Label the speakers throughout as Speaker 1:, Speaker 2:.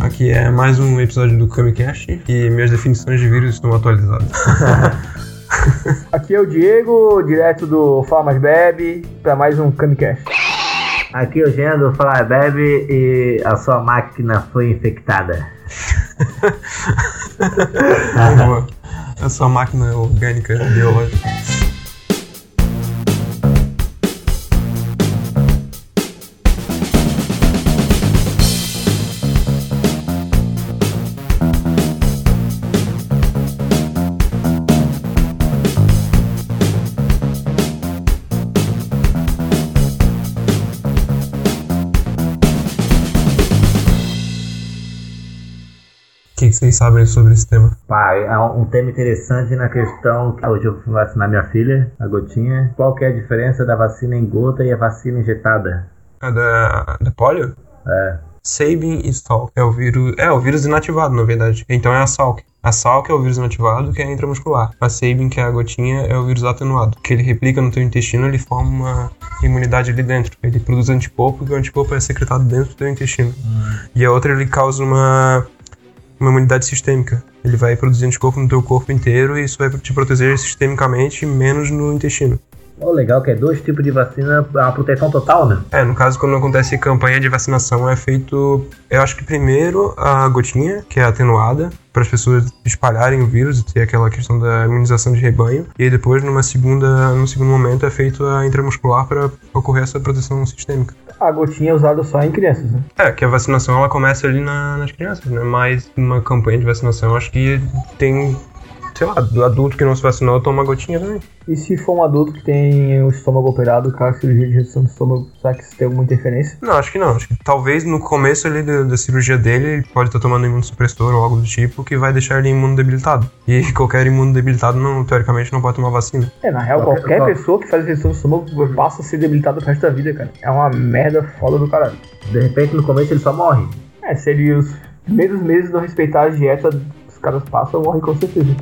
Speaker 1: aqui é mais um episódio do Camicast e minhas definições de vírus estão atualizadas.
Speaker 2: Aqui é o Diego, direto do Farmas Beb, para mais um Camicast.
Speaker 3: Aqui é o Jean do Falar Bebe e a sua máquina foi infectada.
Speaker 1: Boa. É só máquina orgânica, biológica. O que que vocês sabem sobre esse tema?
Speaker 3: Pai, é um um tema interessante na questão que hoje eu fui vacinar minha filha, a gotinha. Qual que é a diferença da vacina em gota e a vacina injetada?
Speaker 1: É da, da polio?
Speaker 3: É.
Speaker 1: Sabin e Stalk. É o vírus. É, o vírus inativado, na verdade. Então é a Salk. A Salk é o vírus inativado, que é intramuscular. A Sabin, que é a gotinha, é o vírus atenuado. Que ele replica no teu intestino, ele forma uma imunidade ali dentro. Ele produz anticorpo, e o anticorpo é secretado dentro do teu intestino. E a outra, ele causa uma. Uma imunidade sistêmica. Ele vai produzir anticorpo no teu corpo inteiro e isso vai te proteger sistemicamente, menos no intestino.
Speaker 3: O legal é que é dois tipos de vacina, é uma proteção total, né?
Speaker 1: É, no caso, quando acontece campanha de vacinação, é feito, eu acho que primeiro a gotinha, que é atenuada, para as pessoas espalharem o vírus e ter aquela questão da imunização de rebanho. E aí depois, numa segunda, num segundo momento, é feito a intramuscular para ocorrer essa proteção sistêmica.
Speaker 2: A gotinha é usada só em crianças, né?
Speaker 1: É, que a vacinação ela começa ali na- nas crianças, né? Mas uma campanha de vacinação, eu acho que tem, sei lá, do adulto que não se vacinou toma gotinha também.
Speaker 2: E se for um adulto que tem o estômago operado, cara, cirurgia de redução do estômago, será que isso tem alguma interferência?
Speaker 1: Não, acho que não. Acho que talvez no começo ali da, da cirurgia dele, ele pode estar tomando imunossupressor ou algo do tipo, que vai deixar ele imunodebilitado. E qualquer imunodebilitado, não, teoricamente, não pode tomar vacina.
Speaker 2: É, na real,
Speaker 3: Qualquer-
Speaker 2: qualquer
Speaker 3: qual-
Speaker 2: pessoa que faz redução do estômago passa a ser debilitada o resto da vida, cara. É uma merda foda do caralho.
Speaker 3: De repente, no começo, ele só morre.
Speaker 2: É, se ele os primeiros meses não respeitar a dieta, os caras passam, morrem com certeza.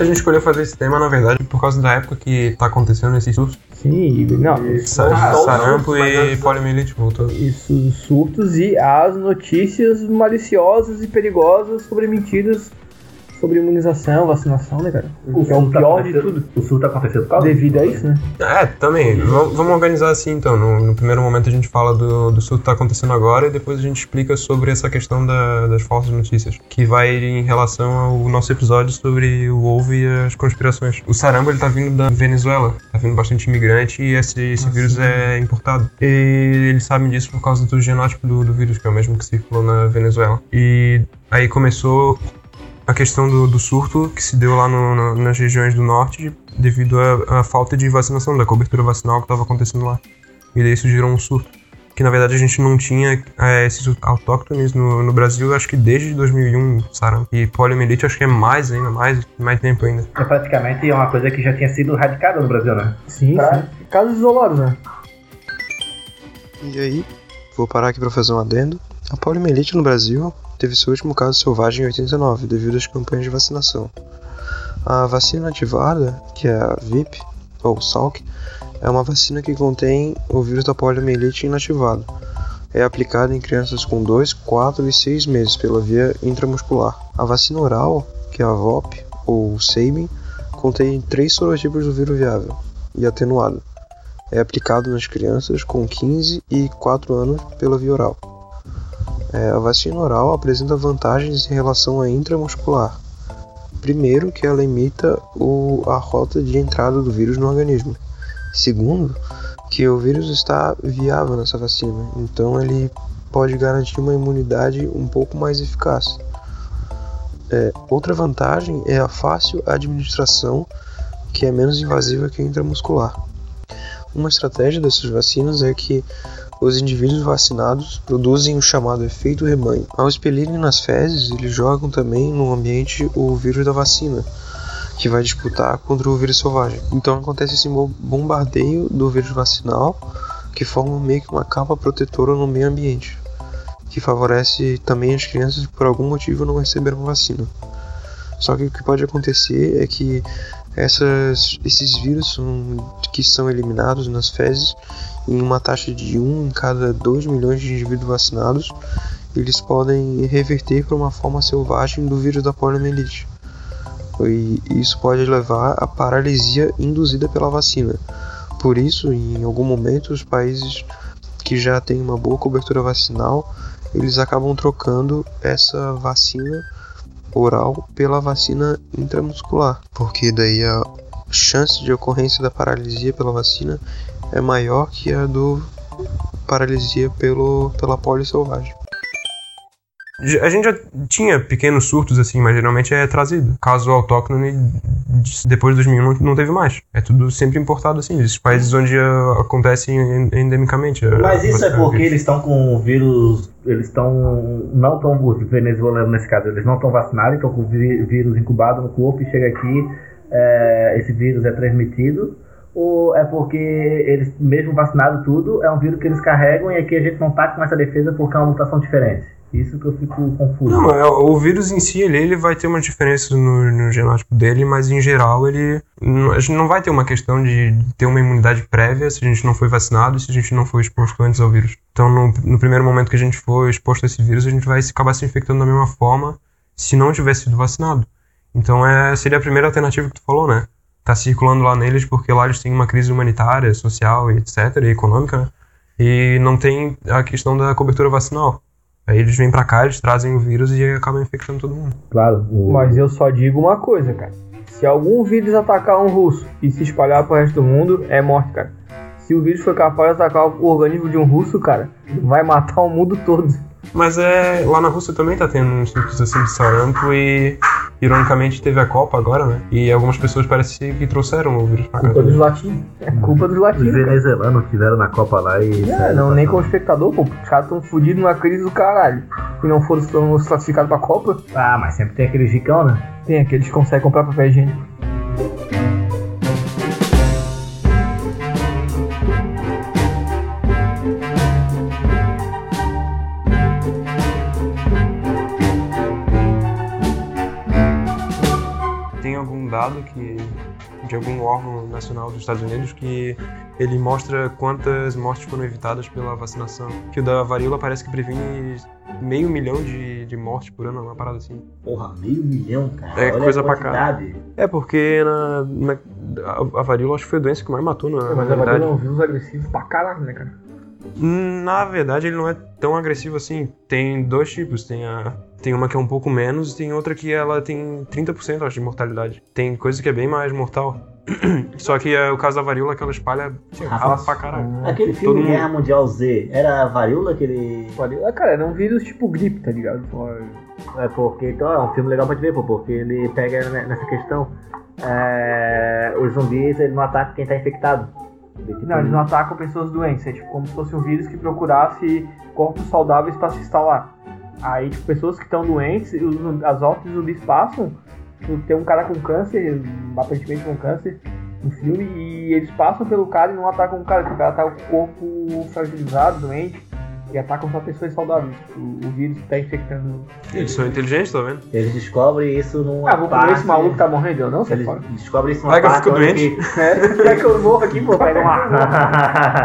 Speaker 1: A gente escolheu fazer esse tema, na verdade, por causa da época que tá acontecendo esses surtos.
Speaker 2: Sim, não, isso,
Speaker 1: Sa-
Speaker 3: Ah,
Speaker 1: sarampo
Speaker 3: mas
Speaker 2: é-
Speaker 1: e
Speaker 3: antes-
Speaker 1: poliomielite voltou.
Speaker 2: isso, os surtos e as notícias maliciosas e perigosas sobre mentiras sobre imunização, vacinação, né, cara? O que é o
Speaker 3: surto
Speaker 2: pior de
Speaker 3: aconteceu-
Speaker 2: tudo.
Speaker 3: O surto aconteceu por causa
Speaker 2: Devido a isso, né?
Speaker 1: É, também. V- Vamos organizar assim, então. No, no primeiro momento a gente fala do, do surto que tá acontecendo agora e depois a gente explica sobre essa questão da- das falsas notícias, que vai em relação ao nosso episódio sobre o ovo e as conspirações. O sarampo, ele tá vindo da Venezuela. Tá vindo bastante imigrante e esse, esse vírus é importado. E eles sabem disso por causa do genótipo do, do vírus, que é o mesmo que circulou na Venezuela. E aí começou a questão do, do surto que se deu lá no- no- nas regiões do norte devido à à falta de vacinação, da cobertura vacinal que estava acontecendo lá. E daí isso gerou um surto. Que na verdade a gente não tinha eh, esses autóctones no, no Brasil, acho que desde 2001, sarampo. um, E poliomielite acho que é mais ainda, mais, mais tempo ainda.
Speaker 3: É praticamente uma coisa que já tinha sido radicada no Brasil, né?
Speaker 2: Sim,
Speaker 3: Pra-
Speaker 2: sim. Casos isolados, né?
Speaker 4: E aí, vou parar aqui para fazer um adendo. A poliomielite no Brasil teve seu último caso selvagem em 89, devido às campanhas de vacinação. A vacina ativada, que é a VIP, ou Salk, é uma vacina que contém o vírus da poliomielite inativado. É aplicada em crianças com 2, 4 e 6 meses pela via intramuscular. A vacina oral, que é a VOP, ou Sabin, contém três sorotipos do vírus viável e atenuado é aplicado nas crianças com 15 e 4 anos pela via oral. É, a vacina oral apresenta vantagens em relação à intramuscular. Primeiro, que ela imita o- a rota de entrada do vírus no organismo. Segundo, que o vírus está viável nessa vacina, então ele pode garantir uma imunidade um pouco mais eficaz. É, outra vantagem é a fácil administração, que é menos invasiva que a intramuscular. Uma estratégia dessas vacinas é que os indivíduos vacinados produzem o chamado efeito rebanho. Ao expelirem nas fezes, eles jogam também no ambiente o vírus da vacina, que vai disputar contra o vírus selvagem. Então acontece esse bo- bombardeio do vírus vacinal, que forma meio que uma capa protetora no meio ambiente, que favorece também as crianças que por algum motivo não receberam vacina.
Speaker 1: Só que o que pode acontecer é que essas, esses vírus são, que são eliminados nas fezes, em uma taxa de 1 em cada 2 milhões de indivíduos vacinados, eles podem reverter para uma forma selvagem do vírus da poliomielite. E isso pode levar à paralisia induzida pela vacina. Por isso, em algum momento, os países que já têm uma boa cobertura vacinal, eles acabam trocando essa vacina oral pela vacina intramuscular, porque daí a chance de ocorrência da paralisia pela vacina é maior que a do paralisia pelo, pela polio selvagem.
Speaker 5: A gente já tinha pequenos surtos assim, mas geralmente é trazido. Caso autóctone, depois de 2001 não teve mais. É tudo sempre importado assim, esses países onde uh, acontece en- endemicamente. uh,
Speaker 3: Mas isso é
Speaker 5: uh,
Speaker 3: porque eles estão com o vírus. Eles estão. Não estão. Os venezuelanos, nesse caso, eles não estão vacinados, estão com o vi- vírus incubado no corpo e chega aqui, é, esse vírus é transmitido. Ou é porque eles, mesmo vacinado tudo, é um vírus que eles carregam e aqui a gente não tá com essa defesa porque é uma mutação diferente. Isso que eu fico confuso.
Speaker 5: Não, é, o vírus em si, ele, ele vai ter uma diferença no, no genotipo dele, mas em geral ele não- a gente não vai ter uma questão de ter uma imunidade prévia se a gente não foi vacinado e se a gente não foi exposto antes ao vírus. Então, no, no primeiro momento que a gente for exposto a esse vírus, a gente vai se- acabar se infectando da mesma forma se não tivesse sido vacinado. Então, é, seria a primeira alternativa que tu falou, né? Tá circulando lá neles porque lá eles têm uma crise humanitária, social, e etc., e econômica, né? E não tem a questão da cobertura vacinal. Aí eles vêm pra cá, eles trazem o vírus e acabam infectando todo mundo.
Speaker 3: Claro. o-
Speaker 2: Mas eu só digo uma coisa, cara. Se algum vírus atacar um russo e se espalhar pro resto do mundo, é morte, cara. Se o vírus for capaz de atacar o organismo de um russo, cara, vai matar o mundo todo.
Speaker 5: Mas é. Lá na Rússia também tá tendo uns surtos assim de sarampo e. Ironicamente teve a Copa agora, né? E algumas pessoas parece que trouxeram o vírus pra cá.
Speaker 2: Culpa dos latinos. É culpa dos
Speaker 3: Uhum. Os
Speaker 2: latinos. cara.
Speaker 3: venezuelanos que tiveram na Copa lá e.
Speaker 2: É, não, nem com o espectador, pô. Os caras tão fudidos numa crise do caralho. E não foram tão classificados pra Copa,
Speaker 3: Ah, mas sempre tem aquele gicão, né?
Speaker 2: tem aqueles que conseguem comprar papel higiênico.
Speaker 5: É Tem algum dado que. de algum órgão nacional dos Estados Unidos que ele mostra quantas mortes foram evitadas pela vacinação. Que o da varíola parece que previne meio milhão de, de mortes por ano, uma parada assim.
Speaker 3: Porra, meio milhão, cara.
Speaker 5: É
Speaker 3: Olha
Speaker 5: coisa
Speaker 3: a
Speaker 5: pra caralho.
Speaker 3: quantidade.
Speaker 5: É, porque na, na- a, a varíola acho que foi a doença que mais matou é? na, na verdade.
Speaker 2: um vírus agressivo pra caralho, né, cara?
Speaker 5: Na verdade, ele não é tão agressivo assim. Tem dois tipos. Tem, a, tem uma que é um pouco menos e tem outra que ela tem 30% acho, de mortalidade. Tem coisa que é bem mais mortal. Só que é, o caso da varíola é que ela espalha rala pra caralho.
Speaker 3: Aquele
Speaker 5: Todo
Speaker 3: filme
Speaker 5: mundo-
Speaker 3: Guerra Mundial Z era a varíola que ele.
Speaker 2: Ah, cara, era um vírus tipo gripe, tá ligado?
Speaker 3: É porque então é um filme legal pra te ver, pô, porque ele pega ne- nessa questão. é, os zumbis ele não ataca quem tá infectado. Ele, tipo,
Speaker 2: Não, eles não atacam pessoas doentes, é tipo como se fosse um vírus que procurasse corpos saudáveis pra se instalar. Aí, tipo, pessoas que estão doentes, os zumbi- as altas dos zumbis passam, tipo, tem um cara com câncer, aparentemente com câncer, no filme, e eles passam pelo cara e não atacam o cara, porque o cara tá com o corpo fragilizado, doente, e atacam só pessoas saudáveis. Tipo, o vírus tá infectando.
Speaker 5: Eles são inteligentes, tá vendo?
Speaker 3: Eles descobrem isso numa
Speaker 2: Ah, vou comer
Speaker 3: parte,
Speaker 2: esse maluco que tá morrendo, eu não sei
Speaker 3: Eles
Speaker 2: fora.
Speaker 3: descobrem isso numa
Speaker 5: Vai que eu
Speaker 3: parte
Speaker 5: fico
Speaker 3: onde
Speaker 5: doente.
Speaker 3: que-
Speaker 2: É, já que eu morro aqui, pô, pega uma.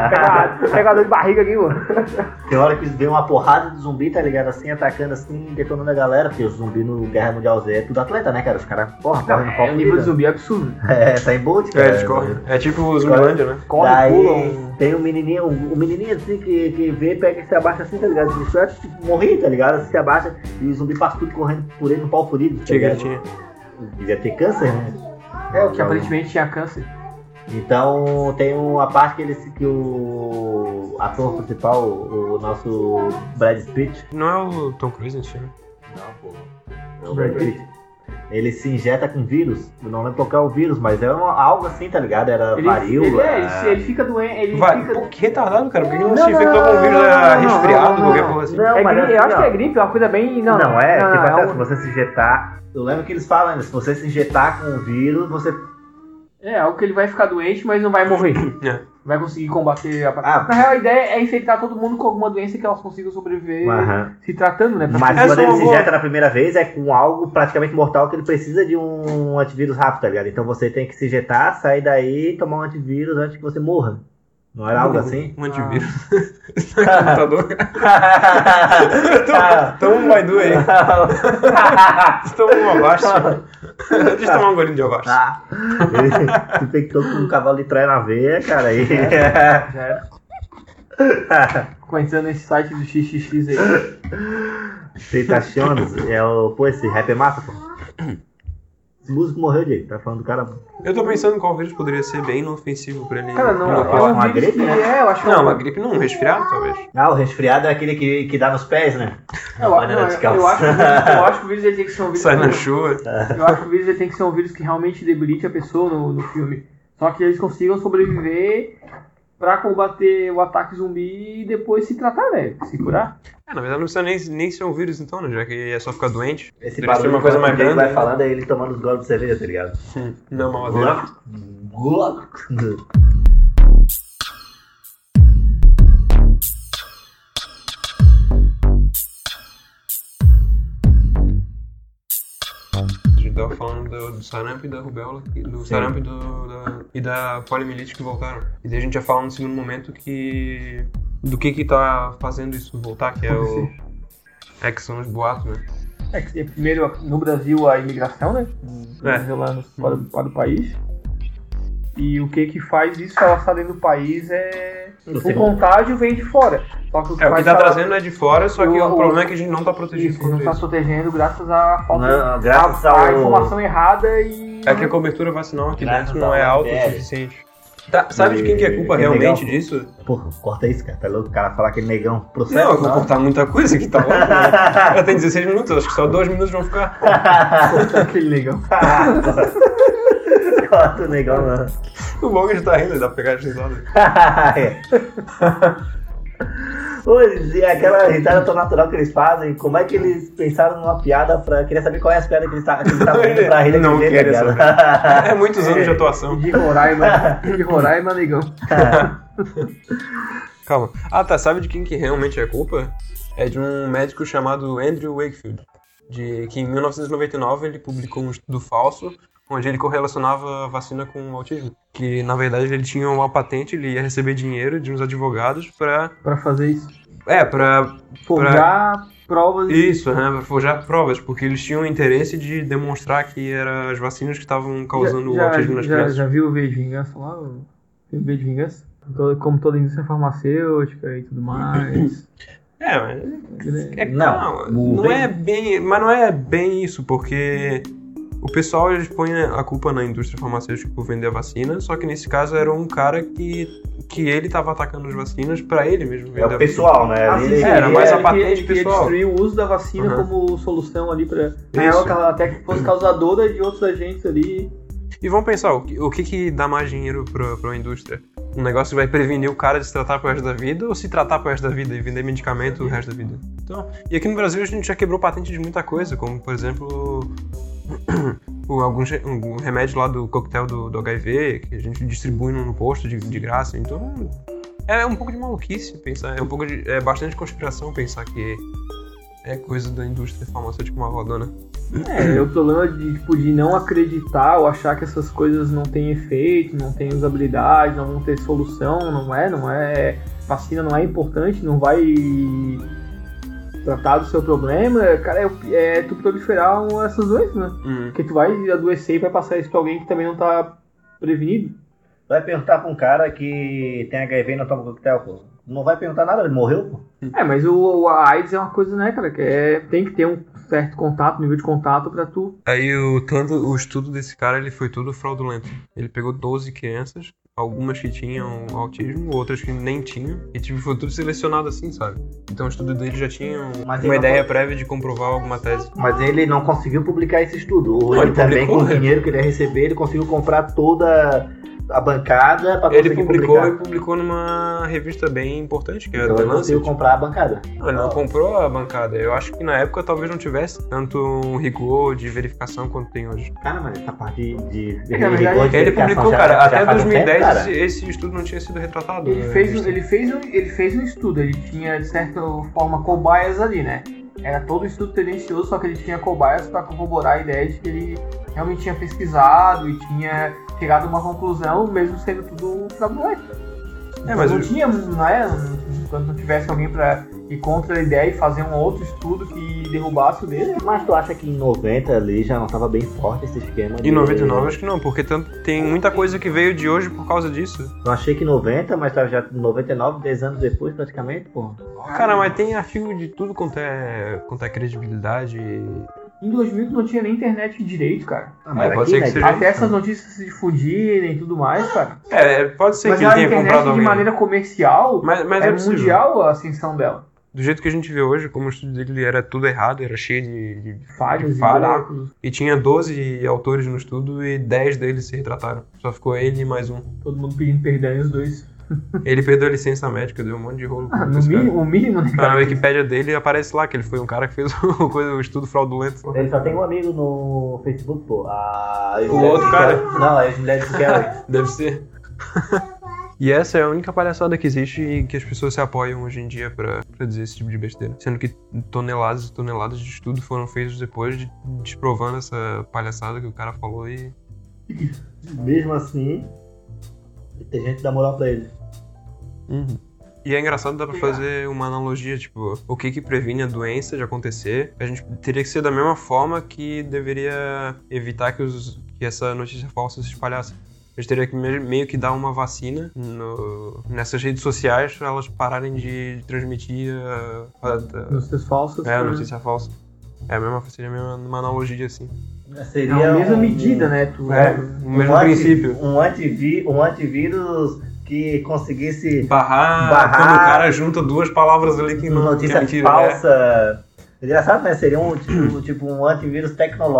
Speaker 2: Pega, uma- pega uma dor de barriga aqui, pô.
Speaker 3: Tem hora que vem uma porrada de zumbi, tá ligado? Assim, atacando assim, detonando a galera, porque o zumbi no Guerra Mundial Z é tudo atleta, né, cara? Os caras, porra, correm no
Speaker 2: É um
Speaker 3: palco.
Speaker 2: nível de zumbi absurdo.
Speaker 3: É, tá em bolt,
Speaker 5: É,
Speaker 3: cara.
Speaker 5: eles correm. É tipo o
Speaker 3: Zumbilândia,
Speaker 5: né?
Speaker 2: Corre,
Speaker 3: Daí
Speaker 2: pulam.
Speaker 3: tem um menininho, um menininho assim que, que vê, pega e se abaixa assim, tá ligado? O bicho é, tipo, morrer, tá ligado? Se abaixa e o zumbi passa tudo correndo por ele no pau furido. Tá
Speaker 5: Tinha,
Speaker 3: ligado?
Speaker 5: tinha.
Speaker 3: Devia ter câncer, né?
Speaker 2: É, o que aparentemente tinha câncer.
Speaker 3: Então tem uma parte que ele se- que o ator principal, o nosso Brad Pitt.
Speaker 5: Não é o Tom Cruise nesse filme?
Speaker 3: Não, pô. É o Brad Pitt. Ele se injeta com vírus. Eu não lembro qual que é o vírus, mas é uma- algo assim, tá ligado? Era
Speaker 2: Ele,
Speaker 3: varíola.
Speaker 2: ele, é, ele, se- ele fica doente, ele
Speaker 5: Vai,
Speaker 2: fica...
Speaker 5: pô, que retardado, cara. Por que que não,
Speaker 3: Não,
Speaker 5: se
Speaker 3: não, não,
Speaker 5: infectou com o vírus
Speaker 3: não,
Speaker 5: é,
Speaker 2: não, não,
Speaker 5: resfriado,
Speaker 2: não, não,
Speaker 5: qualquer
Speaker 2: não.
Speaker 5: porra assim?
Speaker 3: Não,
Speaker 2: É
Speaker 3: mas
Speaker 2: gripe,
Speaker 3: é
Speaker 2: eu
Speaker 3: assim,
Speaker 2: acho que
Speaker 3: ó. é,
Speaker 2: é gripe, é uma coisa bem... Não, um-
Speaker 3: você tipo, se injetar. Eu lembro que eles falam, né? se você se injetar com o vírus, você
Speaker 2: um- É, algo que ele vai ficar doente, mas não vai morrer.
Speaker 5: É.
Speaker 2: vai conseguir combater a.
Speaker 3: Ah.
Speaker 2: Na real, a ideia é infectar todo mundo com alguma doença que elas consigam sobreviver
Speaker 3: Aham.
Speaker 2: se tratando, né? Pra-
Speaker 3: Mas
Speaker 5: É
Speaker 3: quando
Speaker 5: só
Speaker 3: ele
Speaker 5: uma
Speaker 3: se
Speaker 5: boa.
Speaker 3: injeta na primeira vez é com algo praticamente mortal que ele precisa de um antivírus rápido, tá ligado? Então você tem que se injetar, sair daí e tomar um antivírus antes que você morra. Não era algo assim?
Speaker 5: Um antivírus. computador. Toma um Baidu aí. Toma um abaixo. Deixa eu tomar um golinho de abaixo.
Speaker 2: Ah.
Speaker 3: Tá. Ele se infectou com um cavalo de Troia na veia, cara. E...
Speaker 2: Já era. Conhecendo esse site do XXX aí.
Speaker 3: Tentaciones é o. Pô, esse rap é massa, pô. Esse músico morreu, Diego. Tá falando do cara.
Speaker 5: Eu tô pensando qual vírus poderia ser bem inofensivo pra ele.
Speaker 2: Cara, não,
Speaker 3: Não,
Speaker 2: é um
Speaker 3: uma
Speaker 2: vírus
Speaker 3: gripe,
Speaker 2: que
Speaker 3: né?
Speaker 2: é, eu acho que é
Speaker 5: Não,
Speaker 2: um-
Speaker 5: uma gripe não, um resfriado talvez.
Speaker 3: Ah, o resfriado é aquele que, que dá nos pés, né?
Speaker 2: Eu,
Speaker 3: Uma
Speaker 2: não,
Speaker 3: banana
Speaker 2: eu,
Speaker 3: descalça.
Speaker 2: eu acho que, o vírus- eu acho que o vírus ele tem que ser um vírus.
Speaker 5: Sai na chuva. É,
Speaker 2: Eu acho que o vírus ele tem que ser um vírus que realmente debilite a pessoa no, no filme. Só que eles consigam sobreviver pra combater o ataque zumbi e depois se tratar, né? Se curar.
Speaker 5: É, na verdade não precisa nem, nem ser um vírus então, né? Já que é só ficar doente.
Speaker 3: Esse
Speaker 5: Poderia ser
Speaker 3: barulho
Speaker 5: uma coisa mais
Speaker 3: que ele
Speaker 5: grande.
Speaker 3: vai falando é ele tomando os goles de cerveja, tá ligado?
Speaker 5: Não, maladeira.
Speaker 3: Glock. Glock.
Speaker 5: A gente tava falando do, do sarampo e da rubéola, e do sarampo e, do, da, e da poliomielite que voltaram. E daí a gente ia falar no segundo momento que. do que que tá fazendo isso voltar, que é o.
Speaker 2: assim?
Speaker 5: É que são os boatos, né?
Speaker 2: É que tem primeiro no Brasil a imigração, né?
Speaker 5: É.
Speaker 2: Venezuelanos fora, do- fora do país. E o que que faz isso se ela está dentro do país é.
Speaker 3: Não
Speaker 2: O
Speaker 3: sei.
Speaker 2: contagiam vem de fora. Só que o que
Speaker 5: É, o que
Speaker 2: faz
Speaker 5: tá
Speaker 2: ela-
Speaker 5: trazendo é de fora, só que
Speaker 2: Eu-
Speaker 5: o problema é que a gente não tá protegido
Speaker 2: Isso, não
Speaker 5: contra
Speaker 2: está
Speaker 5: isso.
Speaker 2: protegendo graças à falta
Speaker 3: Não,
Speaker 2: de
Speaker 3: graças
Speaker 2: à- à
Speaker 3: ao-
Speaker 2: informação errada e.
Speaker 5: É que a cobertura vacinal aqui
Speaker 3: Graças
Speaker 5: dentro não
Speaker 3: à
Speaker 5: é alta o
Speaker 3: UFR.
Speaker 5: suficiente. Tá, sabe de quem que é culpa
Speaker 3: E-
Speaker 5: realmente
Speaker 3: legal.
Speaker 5: disso?
Speaker 3: Porra, corta isso, cara. Tá louco? O cara falar aquele negão. Processo.
Speaker 5: Não, eu vou cortar muita coisa que tá louco, né? Já tem 16 minutos, acho que só 2 minutos vão ficar.
Speaker 2: Aquele legal.
Speaker 3: corta o negão, não.
Speaker 5: O bom que a gente tá rindo, dá pra pegar as risadas.
Speaker 3: Pois é, aquela risada tão natural que eles fazem, como é que eles pensaram numa piada pra. Queria saber qual é as piadas que eles ta- que eles estavam vendo pra rir
Speaker 5: Não
Speaker 3: daquele jeito,
Speaker 5: quero
Speaker 3: tá ligado?
Speaker 5: É muitos anos de atuação.
Speaker 2: De Roraima, de Roraima, negão.
Speaker 5: Calma. Ah, tá. Sabe de quem que realmente é culpa? É de um médico chamado Andrew Wakefield. De, que em 1999 ele publicou um estudo falso onde ele correlacionava a vacina com o autismo. Que na verdade ele tinha uma patente, ele ia receber dinheiro de uns advogados pra.
Speaker 2: Pra fazer isso.
Speaker 5: É, pra.
Speaker 2: Forjar provas e
Speaker 5: Isso, né? Pra forjar provas, porque eles tinham interesse de demonstrar que eram as vacinas que estavam causando o
Speaker 2: já,
Speaker 5: autismo nas
Speaker 2: já,
Speaker 5: crianças.
Speaker 2: já viu o V de Vingança lá? O V de Vingança? Todo- como toda indústria farmacêutica e tudo mais.
Speaker 5: É, mas
Speaker 2: Né?
Speaker 5: É,
Speaker 3: Não,
Speaker 5: não,
Speaker 3: não
Speaker 5: não,
Speaker 3: tem-
Speaker 5: é bem, mas não é bem isso, porque o pessoal eles põem a culpa na indústria farmacêutica por vender a vacina, só que nesse caso era um cara que que ele tava atacando as vacinas pra ele mesmo vender.
Speaker 3: É o pessoal, né?
Speaker 2: Ah, sim,
Speaker 3: Ele-
Speaker 2: sim,
Speaker 5: é, era
Speaker 2: ele-
Speaker 5: mais a
Speaker 2: ele
Speaker 5: patente
Speaker 2: queria- ele queria
Speaker 5: pessoal.
Speaker 2: destruir o uso da vacina
Speaker 5: Uhum.
Speaker 2: como solução ali pra. Na real,
Speaker 5: Isso.
Speaker 2: que ela até que fosse causadora de outros agentes ali.
Speaker 5: E vamos pensar, o que, o que que dá mais dinheiro pra, pra indústria? Um negócio que vai prevenir o cara de se tratar pro resto da vida ou se tratar pro resto da vida e vender medicamento o resto da vida? Então, e aqui no Brasil a gente já quebrou patente de muita coisa, como por exemplo o, algum, ge- um remédio lá do coquetel do, do HIV, que a gente distribui no, no posto de, de graça. Então é um pouco de maluquice pensar, é um pouco de. é bastante conspiração pensar que é coisa da indústria farmacêutica uma rodona.
Speaker 2: É, o problema de, tipo, de não acreditar ou achar que essas coisas não têm efeito, não têm usabilidade, não vão ter solução, não é, não é. Vacina não é importante, não vai tratar do seu problema, cara, é, é tu proliferar um- essas doenças, né?
Speaker 5: Hum.
Speaker 2: Porque tu vai adoecer e vai passar isso pra alguém que também não tá prevenido.
Speaker 3: Vai perguntar pra um cara que tem HIV e não toma coquetel, pô. Não vai perguntar nada, ele morreu, pô.
Speaker 2: É, mas o, o a AIDS é uma coisa, né, cara, que é, tem que ter um certo contato, nível de contato pra tu.
Speaker 5: Aí o tanto o estudo desse cara ele foi todo fraudulento. Ele pegou 12 crianças, algumas que tinham autismo, outras que nem tinham, e tipo, foi tudo selecionado assim, sabe? Então o estudo dele já tinha um-
Speaker 3: Mas ele
Speaker 5: uma
Speaker 3: não
Speaker 5: ideia
Speaker 3: pode-
Speaker 5: prévia de comprovar alguma tese.
Speaker 3: Mas ele não conseguiu publicar esse estudo. Ou
Speaker 5: Não,
Speaker 3: ele
Speaker 5: ele
Speaker 3: também,
Speaker 5: publicou,
Speaker 3: com o
Speaker 5: né?
Speaker 3: dinheiro que ele ia receber, ele conseguiu comprar toda a bancada pra
Speaker 5: Ele
Speaker 3: conseguir
Speaker 5: publicou
Speaker 3: publicar.
Speaker 5: e publicou numa revista bem importante, que é
Speaker 3: Então
Speaker 5: The
Speaker 3: eu consigo
Speaker 5: Lancet.
Speaker 3: comprar a bancada.
Speaker 5: Não, Ele não comprou a bancada. Eu acho que na época talvez não tivesse tanto um rigor de verificação quanto tem hoje.
Speaker 3: Cara, mas essa parte de. de, de
Speaker 2: É, na verdade,
Speaker 3: rigor de
Speaker 5: Ele
Speaker 3: verificação
Speaker 5: publicou,
Speaker 3: já-
Speaker 5: cara,
Speaker 3: já
Speaker 5: até
Speaker 3: faz um tempo,
Speaker 5: 2010
Speaker 3: cara.
Speaker 5: esse, esse estudo não tinha sido retratado.
Speaker 2: Ele
Speaker 5: né?
Speaker 2: fez, um- ele, fez um, ele fez um estudo, ele tinha, de certa forma, cobaias ali, né? Era todo um estudo tendencioso, só que ele tinha cobaias para corroborar a ideia de que ele realmente tinha pesquisado e tinha chegado a uma conclusão, mesmo sendo tudo um fraudulento. Então,
Speaker 5: É, mas
Speaker 2: não
Speaker 5: eu-
Speaker 2: tinha, não é? Enquanto não tivesse alguém para ir contra a ideia e fazer um outro estudo que derrubasse o dele.
Speaker 3: Mas tu acha que em 90 ali já não tava bem forte esse esquema? de-
Speaker 5: Em 99 acho que não, porque tanto- tem muita coisa que veio de hoje por causa disso.
Speaker 3: Não achei que 90, mas tava já 99, 10 anos depois praticamente, pô.
Speaker 5: Cara, mas tem artigo de tudo quanto é, quanto é credibilidade.
Speaker 2: Em 2000 tu não tinha nem internet direito, cara.
Speaker 3: Ah,
Speaker 5: É, pode ser que seja.
Speaker 2: Até essas notícias se difundirem e tudo mais, cara.
Speaker 5: É, pode ser
Speaker 2: Mas
Speaker 5: que ele
Speaker 2: a
Speaker 5: tenha comprado
Speaker 2: internet de
Speaker 5: alguém.
Speaker 2: maneira comercial
Speaker 5: Mas, mas é,
Speaker 2: é
Speaker 5: possível.
Speaker 2: mundial a ascensão dela.
Speaker 5: Do jeito que a gente vê hoje, como o estudo dele era tudo errado, era cheio de- de
Speaker 2: Falhas e
Speaker 5: Falha.
Speaker 2: buracos.
Speaker 5: E tinha 12 autores no estudo e 10 deles se retrataram. Só ficou ele e mais um.
Speaker 2: Todo mundo pedindo perdão e os dois.
Speaker 5: Ele perdeu a licença médica, deu um monte de rolo.
Speaker 2: Ah,
Speaker 5: com
Speaker 2: no
Speaker 5: esse cara.
Speaker 2: mínimo, o mínimo, né?
Speaker 5: Cara, na Wikipédia dele aparece lá que ele foi um cara que fez o coisa- o estudo fraudulento.
Speaker 3: Ele só tem um amigo no Facebook, pô. A...
Speaker 5: O outro cara.
Speaker 3: Não, a Eugênia de Kelly.
Speaker 5: Deve ser. e essa é a única palhaçada que existe e que as pessoas se apoiam hoje em dia pra, pra dizer esse tipo de besteira. Sendo que toneladas e toneladas de estudo foram feitos depois de desprovando essa palhaçada que o cara falou e.
Speaker 3: Mesmo assim, tem gente que dá moral pra ele.
Speaker 5: E é engraçado, dá pra fazer uma analogia, tipo, o que que previne a doença de acontecer, a gente teria que ser da mesma forma que deveria evitar que, os, que essa notícia falsa se espalhasse. A gente teria que me- meio que dar uma vacina no- nessas redes sociais pra elas pararem de transmitir a, a-
Speaker 2: Nos seus falsos.
Speaker 5: a- é, a notícia falsa. É a mesma, seria a mesma uma analogia, assim.
Speaker 2: É
Speaker 3: Seria
Speaker 2: a mesma
Speaker 3: um-
Speaker 2: medida, né? Tu,
Speaker 5: É, o mesmo
Speaker 3: anti-
Speaker 5: princípio.
Speaker 3: Um, antiví um antivírus que conseguisse
Speaker 5: Barrar,
Speaker 3: Barrar.
Speaker 5: quando o cara junta duas palavras ali que não que é
Speaker 3: notícia
Speaker 5: mentira. é.
Speaker 3: falsa. Engraçado, né? Seria um tipo, tipo um antivírus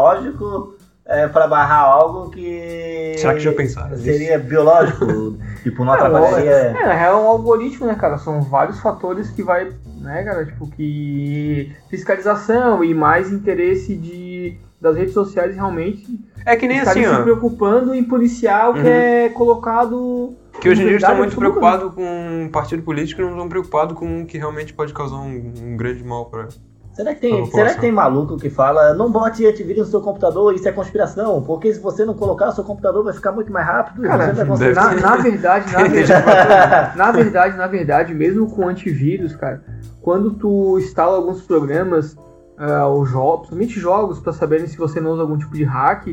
Speaker 3: tecnológico é, para barrar algo que.
Speaker 5: Será que já pensaram nisso?
Speaker 3: Seria biológico. tipo, não
Speaker 2: É,
Speaker 3: atrapalharia.
Speaker 2: É, na real é um algoritmo, né, cara? São vários fatores que vai, né, cara? Tipo, que fiscalização e mais interesse de, das redes sociais realmente
Speaker 5: É que nem assim,
Speaker 2: estarem se
Speaker 5: ó.
Speaker 2: preocupando em policiar o que
Speaker 5: Uhum.
Speaker 2: é colocado
Speaker 5: Que hoje em dia eles estão muito
Speaker 2: Verdade absoluta,
Speaker 5: preocupados com um partido político e não estão preocupados com o que realmente pode causar um, um grande mal para.
Speaker 3: Será que,
Speaker 5: Pra
Speaker 3: tem,
Speaker 5: população.
Speaker 3: será que tem maluco que fala não bote antivírus no seu computador, isso é conspiração? Porque se você não colocar, o seu computador vai ficar muito mais rápido e
Speaker 2: Cara,
Speaker 3: você não vai
Speaker 5: deve
Speaker 3: conseguir.
Speaker 2: Na, na verdade, na verdade, na verdade, na verdade, mesmo com antivírus, cara, quando tu instala alguns programas, ah, ou jogos, principalmente jogos, pra saberem se você não usa algum tipo de hack,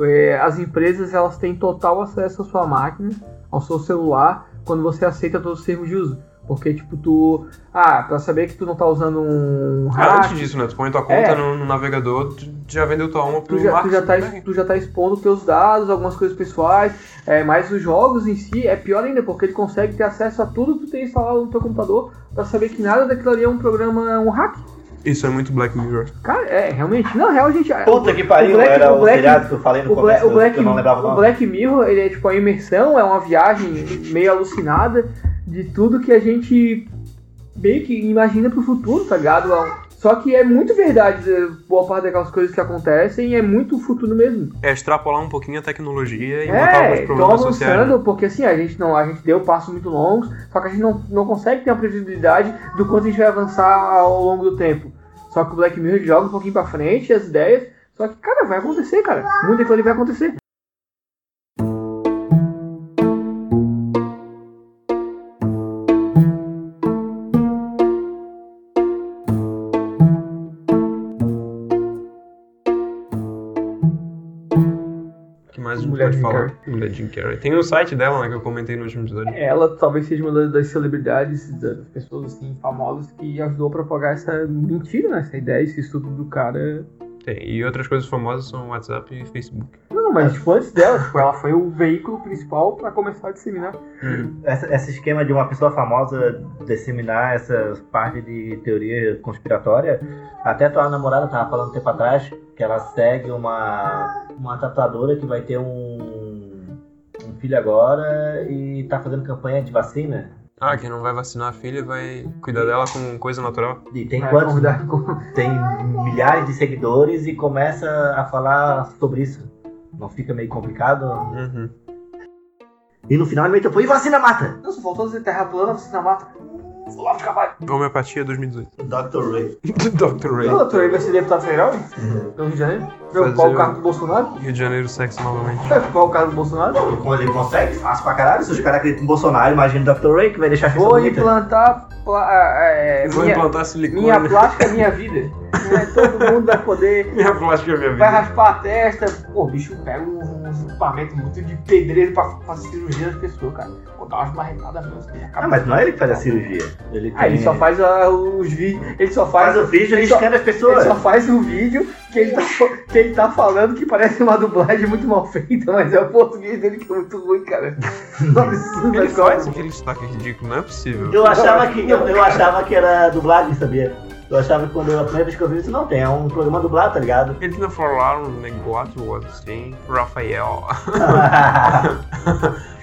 Speaker 2: eh, as empresas elas têm total acesso à sua máquina, ao seu celular, quando você aceita todos os termos de uso. Porque, tipo, tu. Ah, pra saber que tu não tá usando um
Speaker 5: Ah,
Speaker 2: hack,
Speaker 5: antes disso, né? Tu põe tua conta
Speaker 2: É.
Speaker 5: no, no navegador, tu já vendeu tua alma pro né?
Speaker 2: tu já,
Speaker 5: Mark
Speaker 2: tu, já tá,
Speaker 5: Zuckerberg.
Speaker 2: tu já tá expondo teus dados, algumas coisas pessoais, é, mas os jogos em si é pior ainda, porque ele consegue ter acesso a tudo que tu tem instalado no teu computador pra saber que nada daquilo ali é um programa, um hack.
Speaker 5: Isso é muito Black Mirror.
Speaker 2: Cara, é, realmente, na real, gente... a-
Speaker 3: Puta que pariu,
Speaker 2: o Black-
Speaker 3: era
Speaker 2: o
Speaker 3: o,
Speaker 2: Black-
Speaker 3: seriado que eu falei no
Speaker 2: o, Bla-
Speaker 3: começo,
Speaker 2: o Black,
Speaker 3: que eu não lembrava o
Speaker 2: o
Speaker 3: nome.
Speaker 2: Black Mirror, ele é tipo a imersão, é uma viagem meio alucinada de tudo que a gente meio que imagina pro futuro, tá ligado? É um- Só que é muito verdade, é, boa parte daquelas coisas que acontecem é muito futuro mesmo.
Speaker 5: É extrapolar um pouquinho a tecnologia e botar alguns
Speaker 2: É, tô
Speaker 5: problemas sociais. né?
Speaker 2: avançando, porque assim, a gente não, a gente deu passos muito longos, só que a gente não, não consegue ter uma previsibilidade do quanto a gente vai avançar ao longo do tempo. Só que o Black Mirror joga um pouquinho pra frente as ideias, só que, cara, vai acontecer, cara. Muito daquilo ali vai acontecer.
Speaker 5: O né, que mais a gente
Speaker 2: Mulher
Speaker 5: pode
Speaker 2: Jim
Speaker 5: falar? Mulher Jim Carrey. Tem o site dela, né, que eu comentei no último episódio.
Speaker 2: Ela talvez seja uma das- das celebridades, das pessoas assim, famosas que ajudou a propagar essa mentira, né? essa ideia, esse estudo do cara.
Speaker 5: Tem. E outras coisas famosas são WhatsApp e Facebook.
Speaker 2: Não, mas tipo, antes dela, tipo, ela foi o veículo principal pra começar a disseminar. Hum.
Speaker 3: Essa- esse esquema de uma pessoa famosa disseminar essas partes de teoria conspiratória, até tua namorada tava falando um tempo atrás que ela segue uma, uma tatuadora que vai ter um, um filho agora e tá fazendo campanha de vacina.
Speaker 5: Ah, quem não vai vacinar a filha vai cuidar dela com coisa natural.
Speaker 3: E tem
Speaker 2: Vai
Speaker 3: quantos?
Speaker 2: convidar
Speaker 3: né?
Speaker 2: com-
Speaker 3: Tem milhares de seguidores e começa a falar sobre isso. Não fica meio complicado?
Speaker 5: Uhum.
Speaker 3: E no final ele meteu, pô, e vacina mata!
Speaker 2: Não, só faltou dizer terra plana, você na mata. Hum, Olavo de Carvalho.
Speaker 5: Homeopatia 2018.
Speaker 6: Dr. Ray.
Speaker 5: Dr. Ray.
Speaker 2: O doutor Ray vai ser deputado federal, hein?
Speaker 3: Uhum.
Speaker 2: No Rio de Janeiro. Vai ocupar
Speaker 5: Fazer
Speaker 2: o
Speaker 5: o-
Speaker 2: cargo do Bolsonaro.
Speaker 5: Rio de Janeiro, sexo novamente.
Speaker 2: Vai ocupar o cargo do Bolsonaro.
Speaker 6: Como ele consegue?
Speaker 3: Fácil pra caralho, se os caras acreditam no Bolsonaro, imagina o Dr. Ray que vai deixar a gente
Speaker 2: Vou
Speaker 3: bonita.
Speaker 2: implantar pla- é,
Speaker 5: Vou
Speaker 2: minha,
Speaker 5: implantar silicone.
Speaker 2: minha plástica, minha vida. É, Todo mundo vai poder.
Speaker 5: Minha plástica é minha
Speaker 2: Vai
Speaker 5: vida.
Speaker 2: raspar a testa. Pô, bicho, pega um, um equipamento muito de pedreiro pra fazer cirurgia das pessoas, cara. Vou dar umas marretadas mesmo. que acaba-
Speaker 3: Ah, mas não é ele que faz a cirurgia. Ele,
Speaker 2: Ah, ele
Speaker 3: tem-
Speaker 2: só faz ah, os vídeos. Ele só faz.
Speaker 3: faz o vídeo
Speaker 2: ele só-
Speaker 3: riscando as
Speaker 2: Ele
Speaker 3: pessoas.
Speaker 2: só faz um vídeo que ele, tá, que ele tá falando que parece uma dublagem muito mal feita, mas é o português dele que é muito ruim, cara. Não absurdo é um
Speaker 5: Ele
Speaker 2: da
Speaker 5: faz
Speaker 2: coisa.
Speaker 5: aquele destaque ridículo, não é possível.
Speaker 3: Eu achava que eu, eu achava que era dublagem, sabia? Eu achava que quando eu a primeira vez que eu vi isso não tem, é um programa dublado, tá ligado?
Speaker 5: Eles não falaram um negócio assim, Rafael.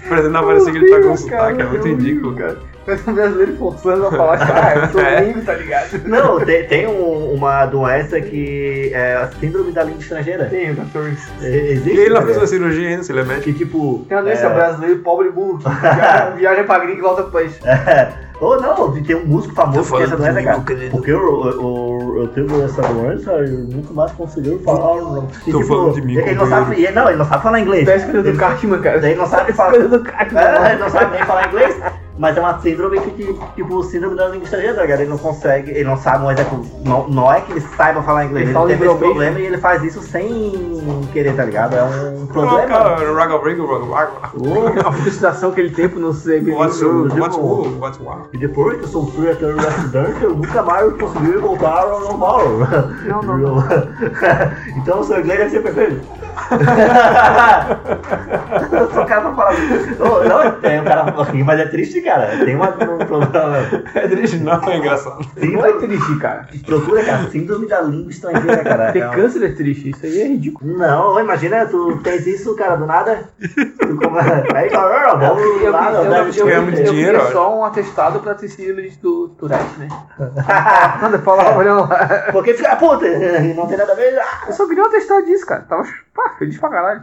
Speaker 5: Parecendo aparecer que ele tá com sotaque, é muito ridículo.
Speaker 2: um
Speaker 5: É.
Speaker 2: cara. Parece um brasileiro forçando a falar, cara, eu sou gringo, tá ligado?
Speaker 3: não, tem, tem um- uma doença que é a síndrome da língua estrangeira.
Speaker 2: Tem, doutor.
Speaker 3: E- Existe.
Speaker 5: E ele não
Speaker 3: sabia?
Speaker 5: fez uma cirurgia ainda, se ele é médico.
Speaker 3: que tipo.
Speaker 2: Tem uma doença
Speaker 5: É.
Speaker 2: brasileiro pobre e burro. que Viaja, viaja pra gringo e volta pro país.
Speaker 5: É.
Speaker 3: Ou não, tem um músico
Speaker 5: Tô
Speaker 3: famoso que tem essa
Speaker 5: Tá falando né?
Speaker 3: doença, cara.
Speaker 5: comigo, querido.
Speaker 3: Porque eu, eu, eu, eu tenho essa doença e eu nunca mais consegui falar. Não. E, tipo,
Speaker 5: Tô falando de mim,
Speaker 3: ele não,
Speaker 5: companheiro.
Speaker 3: sabe, e ele- não, ele não sabe falar inglês.
Speaker 2: Parece coisa Tá do Cartman,
Speaker 5: É.
Speaker 2: cara.
Speaker 3: Ele não sabe falar.
Speaker 2: Coisa do Cartman.
Speaker 3: É, ele não sabe nem falar inglês, mas é uma síndrome que, que tipo, síndrome da língua estrangeira, tá ligado? Ele não consegue, ele não sabe, mas é que- não, não é que ele saiba falar inglês,
Speaker 2: Ele
Speaker 3: ele,
Speaker 2: fala
Speaker 3: teve esse
Speaker 2: inglês.
Speaker 3: problema e ele faz isso sem querer, tá ligado? É um
Speaker 5: Não,
Speaker 3: problema.
Speaker 5: cara, raga, raga, raga,
Speaker 3: Oh,
Speaker 2: A frustração que ele tem por não ser gringo.
Speaker 5: What's
Speaker 3: Tipo-
Speaker 5: what's wrong? what's wrong?
Speaker 3: E depois que eu sofri aquele acidente, eu nunca mais consegui voltar ao normal.
Speaker 2: Não, não,
Speaker 3: então o seu inglês deve ser perfeito. o cara não fala. Oh, não, tem um cara aqui, mas é triste, cara. Tem uma, um problema.
Speaker 5: É triste, não, é engraçado.
Speaker 2: Não é triste, cara.
Speaker 3: Procura, cara, síndrome da língua estrangeira, cara.
Speaker 2: Ter
Speaker 3: É um-
Speaker 2: câncer é triste, isso aí é ridículo.
Speaker 3: Não, imagina, tu tens isso, cara, do nada. Tu come... Aí fala, "Ah,
Speaker 2: Eu,
Speaker 3: vamos
Speaker 2: eu,
Speaker 3: lá,
Speaker 2: eu,
Speaker 3: não
Speaker 5: eu-
Speaker 3: deve
Speaker 5: eu- ganhar muito dinheiro, ó.
Speaker 2: só um atestado pra ter síndrome do Tourette, né? Manda
Speaker 3: É.
Speaker 2: falar, olha lá.
Speaker 3: Porque fica, puta, não tem nada a ver. Ah,
Speaker 2: Eu só queria um atestado disso, cara. Tava pá, feliz pra caralho.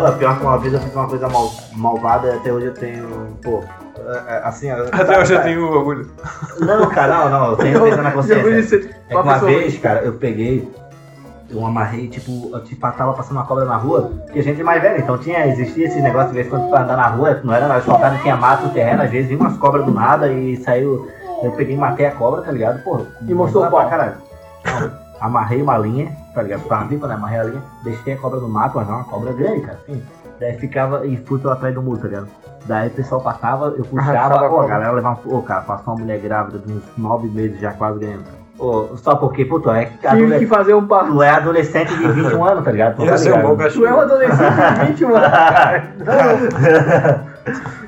Speaker 3: Ó, pior que uma vez eu fiz uma coisa mal, malvada, até hoje eu tenho, pô, é, é, assim... eu-
Speaker 5: Até hoje eu tenho orgulho.
Speaker 3: Não, cara, não, não, eu tenho coisa na
Speaker 2: Orgulho de
Speaker 3: consciência.
Speaker 2: ser
Speaker 3: É que uma
Speaker 2: pessoa
Speaker 3: vez, cara, eu peguei, eu amarrei, tipo, eu, tipo, tava passando uma cobra na rua, porque a gente é mais velha, então tinha, existia esse negócio de vez em quando pra andar na rua, não era asfaltado, tinha mato no terreno, às vezes vinha umas cobras do nada e saiu. Eu peguei e matei a cobra, tá ligado? Pô,
Speaker 2: E mostrou
Speaker 3: pra
Speaker 2: o pau.
Speaker 3: caralho. Não, Amarrei uma linha, tá ligado? Tava viva, né? Amarrei a linha, deixei a cobra no mato, mas era uma cobra grande, cara, assim. Daí ficava e fui pela atrás do muro, tá ligado? Daí o pessoal passava, eu
Speaker 2: Arrancava a
Speaker 3: puxava, ó, a
Speaker 2: cobra.
Speaker 3: galera levava. Ô, cara, passou uma mulher grávida de uns nove meses já quase ganhando, cara. Ô, só porque, pô, tu é,
Speaker 2: Tive que
Speaker 3: adolescente,
Speaker 2: fazer um par.
Speaker 3: tu é adolescente de 21 anos, tá ligado? Tu tá
Speaker 5: Ia ser um bom
Speaker 3: ligado?
Speaker 5: cachorro.
Speaker 2: Tu é um adolescente de 21 anos.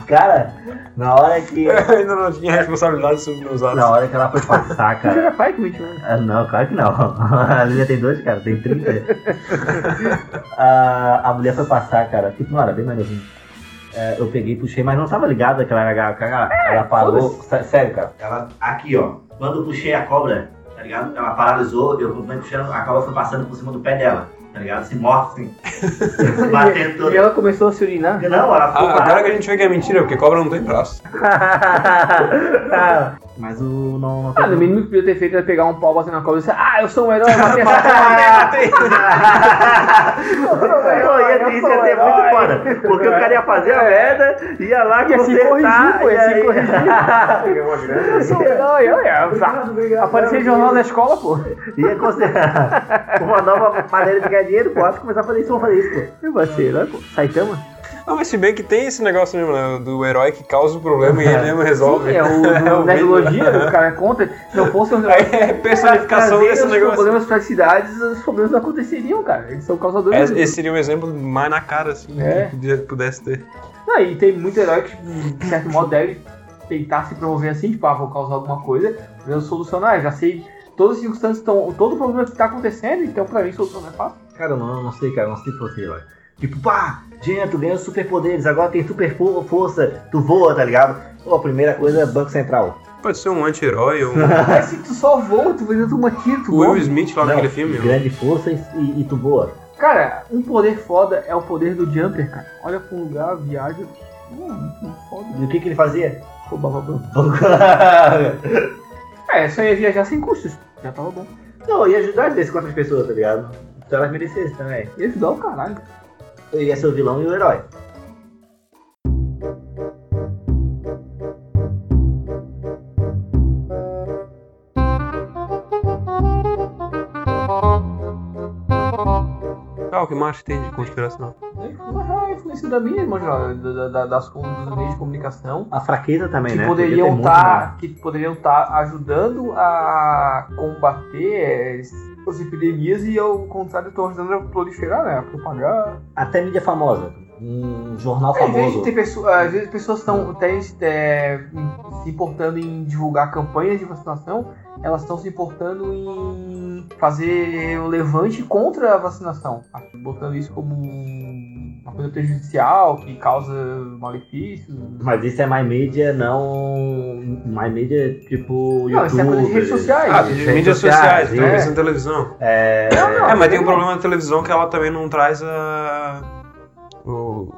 Speaker 3: Cara, na hora que.
Speaker 5: Eu ainda não tinha responsabilidade sobre meus atos.
Speaker 3: Na hora que ela foi passar,
Speaker 2: Tu
Speaker 3: cara.
Speaker 2: era pai com 21 anos.
Speaker 3: Ah, não, claro que não. A Lívia tem dois, cara, tem 30. a, a mulher foi passar, cara. Tipo, não era bem menorzinho. É, eu peguei, puxei, mas não tava ligado que ela era gaga. Ela,
Speaker 5: É,
Speaker 3: ela parou. sé- Sério, cara. Ela, aqui, ó. Quando eu puxei a cobra, tá ligado? Ela paralisou, eu continuei puxando, a cobra foi passando por cima do pé dela, tá ligado? Se morre, assim. Batendo
Speaker 2: E
Speaker 3: toda.
Speaker 2: ela começou a se urinar.
Speaker 3: Não, ela foi
Speaker 5: Ah,
Speaker 3: parada.
Speaker 5: agora que a gente vê que é mentira, porque cobra não tem braço.
Speaker 3: Mas o. Não, não
Speaker 2: Ah, no mínimo que podia ter feito era pegar um pau batendo na cobra e dizer, ah, eu sou o herói, eu matei essa cobra. Eu sou o
Speaker 3: Não,
Speaker 2: herói,
Speaker 3: um ia,
Speaker 2: eu
Speaker 3: ter- isso
Speaker 2: sou
Speaker 3: ia
Speaker 2: o
Speaker 3: ser muito
Speaker 2: herói.
Speaker 3: foda. Porque o cara ia fazer a merda, ia lá
Speaker 2: É. Ia se corrigir,
Speaker 3: consertar.
Speaker 2: pô, ia
Speaker 3: e
Speaker 2: se
Speaker 3: aí-
Speaker 2: corrigir. Eu sou o herói, olha. Apareceu em jornal da escola, pô.
Speaker 3: Ia consertar. Uma nova maneira de ganhar dinheiro, pô. Acho que começar a fazer isso, vamos fazer isso, pô.
Speaker 2: Eu vou ser herói, pô. Saitama?
Speaker 5: Ah, mas se bem que tem esse negócio mesmo, né? Do herói que causa o problema e ele mesmo resolve.
Speaker 2: É o
Speaker 5: É
Speaker 2: do-
Speaker 5: o
Speaker 2: na
Speaker 5: mesmo.
Speaker 2: ideologia, o cara conta, se não fosse um
Speaker 5: Aí é personificação
Speaker 3: é
Speaker 5: desse
Speaker 3: um
Speaker 2: Os
Speaker 5: negócio.
Speaker 2: problemas para as cidades, os problemas não aconteceriam, cara. Eles são
Speaker 5: É,
Speaker 2: causadores.
Speaker 5: Esse seria um exemplo mais na cara, assim,
Speaker 2: É.
Speaker 5: que podia- pudesse ter.
Speaker 2: Ah, e tem muito herói que, de certo modo, deve tentar se promover assim, tipo, ah, vou causar alguma coisa, pra eu solucionar. Eu já sei todas as circunstâncias estão. todo o problema que tá acontecendo, então pra mim solucionar é fácil.
Speaker 3: Cara, não, não sei, cara, não sei você, velho. Tipo, pá, Jean, tu ganhou superpoderes, agora tem super fo- força, tu voa, tá ligado? Pô, a primeira coisa é Banco Central.
Speaker 5: Pode ser um anti-herói ou
Speaker 2: Mas se tu só voa, tu vai dentro de uma aqui, tu
Speaker 5: o Will
Speaker 2: voa.
Speaker 5: Smith lá
Speaker 3: Não, é.
Speaker 5: naquele filme. ó.
Speaker 3: Grande força e, e tu voa.
Speaker 2: Cara, um poder foda é o poder do Jumper, cara. Olha pra um lugar, viaja. Hum, que foda.
Speaker 3: E o que que ele fazia?
Speaker 2: Pô, blá, blá, blá. É, só ia viajar sem custos. Já tava bom.
Speaker 3: não, ia ajudar as desse quatro pessoas, tá ligado? Então elas merecessem também.
Speaker 2: Ia ajudar o caralho.
Speaker 3: Eu ia ser o vilão e o herói.
Speaker 5: Ah, o que mais tem de conspiração?
Speaker 2: É, influência da minha, irmã, já, da- da- da- das com- dos meios de comunicação.
Speaker 3: A fraqueza também,
Speaker 2: Que
Speaker 3: né?
Speaker 2: poderiam tá-
Speaker 3: Podia ter
Speaker 2: estar que poderiam estar ajudando a combater as, as epidemias e ao contrário estão ajudando a proliferar, né? A propagar.
Speaker 3: muito, né? Até mídia famosa. Um jornal
Speaker 2: Às vezes,
Speaker 3: famoso.
Speaker 2: É, tem pessoa- às vezes pessoas estão até é, se importando em divulgar campanhas de vacinação, elas estão se importando em fazer o levante contra a vacinação, tá? botando isso como um, uma coisa prejudicial que causa malefícios.
Speaker 3: Mas isso é My Media, não. My Media, tipo.
Speaker 2: Não, isso é coisa de
Speaker 3: youtuber.
Speaker 2: redes sociais.
Speaker 5: Ah,
Speaker 2: Redes
Speaker 5: de mídias sociais, então.
Speaker 3: sociais,
Speaker 2: é.
Speaker 5: televisão, televisão.
Speaker 3: É,
Speaker 2: Não, não,
Speaker 5: É, mas tem um
Speaker 2: não.
Speaker 5: problema na televisão que ela também não traz a. O...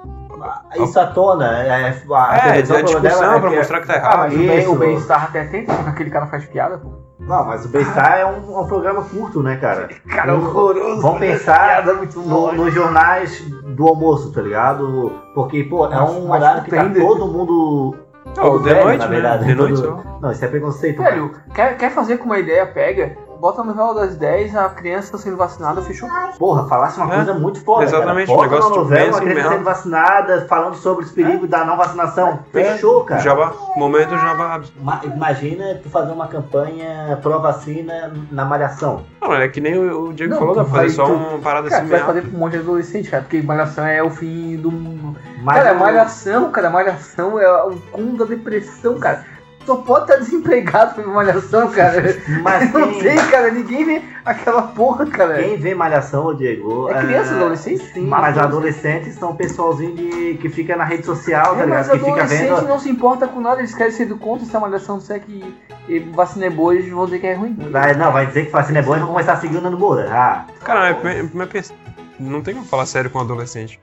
Speaker 3: isso à tona. É, a
Speaker 5: É,
Speaker 3: televisão,
Speaker 5: a
Speaker 3: o problema dela
Speaker 5: discussão
Speaker 3: é
Speaker 5: pra
Speaker 3: que-
Speaker 5: mostrar que tá
Speaker 2: Ah,
Speaker 5: errado.
Speaker 2: mas o bem-
Speaker 3: Isso.
Speaker 2: o bem-estar até tem, só que aquele cara faz piada, pô.
Speaker 3: Não, mas o Bem-Estar é um, é um programa curto, né, cara?
Speaker 2: Cara, horroroso.
Speaker 3: Vamos pensar
Speaker 2: Piada muito
Speaker 3: no-
Speaker 2: longe.
Speaker 3: nos jornais do almoço, tá ligado? Porque, pô, é
Speaker 2: Mas-
Speaker 3: um
Speaker 2: mas
Speaker 3: horário que tá
Speaker 2: ainda-
Speaker 3: todo mundo.
Speaker 5: Não,
Speaker 3: todo
Speaker 5: de
Speaker 3: velho,
Speaker 5: noite,
Speaker 3: na
Speaker 5: né?
Speaker 3: verdade,
Speaker 5: De
Speaker 3: todo-
Speaker 5: noite, ó.
Speaker 3: Não, isso é preconceito. cara.
Speaker 2: Velho, quer, quer fazer com uma ideia, pega, bota a novela das 10, a criança sendo vacinada, fechou.
Speaker 3: Porra, falasse uma
Speaker 5: É.
Speaker 3: coisa muito foda.
Speaker 5: Exatamente,
Speaker 3: cara.
Speaker 5: um
Speaker 3: Bota
Speaker 5: negócio
Speaker 3: uma
Speaker 5: tipo
Speaker 3: novela,
Speaker 5: bem
Speaker 3: uma criança
Speaker 5: assim
Speaker 3: sendo vacinada, falando sobre os
Speaker 2: É.
Speaker 3: perigos da não vacinação.
Speaker 5: É.
Speaker 3: Fechou, cara.
Speaker 5: Jabá. Momento Jabá.
Speaker 3: Ma- Imagina tu fazer uma campanha pró-vacina na malhação.
Speaker 5: Não, é que nem o o Diego
Speaker 2: Não,
Speaker 5: falou, dá
Speaker 2: tu
Speaker 5: pra fazer
Speaker 2: vai-
Speaker 5: só
Speaker 2: tu-
Speaker 5: uma parada
Speaker 2: Cara,
Speaker 5: assim
Speaker 2: você vai
Speaker 5: mesmo.
Speaker 2: fazer pra um monte de adolescente, cara, porque malhação é o fim do mundo.
Speaker 3: Mas
Speaker 2: cara, é
Speaker 3: o-
Speaker 2: malhação, cara, malhação é o cúmulo da depressão, cara. Só pode estar desempregado por malhação, cara.
Speaker 3: mas
Speaker 2: Não
Speaker 3: quem,
Speaker 2: sei, cara, ninguém vê aquela porra, cara.
Speaker 3: Ah, quem vê malhação, Diego?
Speaker 2: É criança, adolescente? É,
Speaker 3: Sim,
Speaker 2: Mata
Speaker 3: mas
Speaker 2: adolescente.
Speaker 3: adolescentes são o pessoalzinho de- que fica na rede social, tá
Speaker 2: É, mas
Speaker 3: ligado? Que fica
Speaker 2: adolescente
Speaker 3: vendo.
Speaker 2: não se importa com nada, eles querem ser do contra essa malhação, se é que eh, vacina é boa, eles vão dizer que é ruim.
Speaker 3: né? Vai- Não, vai dizer que vacina é boa e vão começar a seguir o Nando Moura. Ah,
Speaker 5: Cara, mas, mas pensa, não tem como falar sério com um adolescente.